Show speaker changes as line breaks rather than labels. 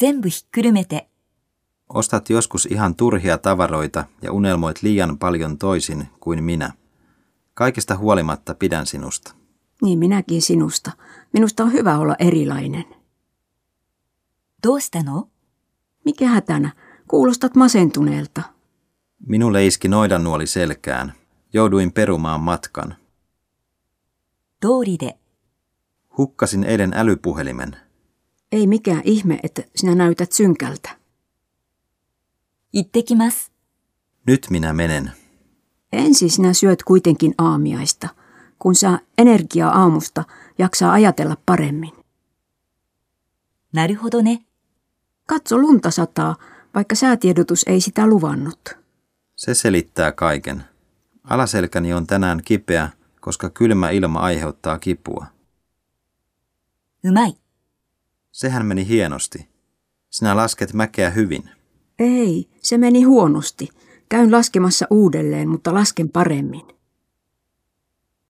全部ひっくるめて、
Ostat joskus ihan turhia tavaroita ja unelmoit liian paljon toisin kuin minä. Kaikesta huolimatta pidän sinusta.
Niin minäkin sinusta. Minusta on hyvä olla erilainen.
どうしたの
Mikä hätänä? Kuulostat masentuneelta.
Minulle iski noidannuoli selkään. Jouduin perumaan matkan.
道理で、
Hukkasin eilen älypuhelimen.
Ei mikään ihme, että sinä näytät synkältä.
行ってきます。
Nyt minä menen.
Ensin sinä syöt kuitenkin aamiaista, kun saa energiaa aamusta, jaksaa ajatella paremmin.
なるほどね。
Katso lunta sataa, vaikka säätiedotus ei sitä luvannut.
Se selittää kaiken. Alaselkäni on tänään kipeä, koska kylmä ilma aiheuttaa kipua.
うまい。
Sehän meni hienosti. Sinä lasket mäkeä hyvin.
Ei, se meni huonosti. Käyn laskemassa uudelleen, mutta lasken paremmin.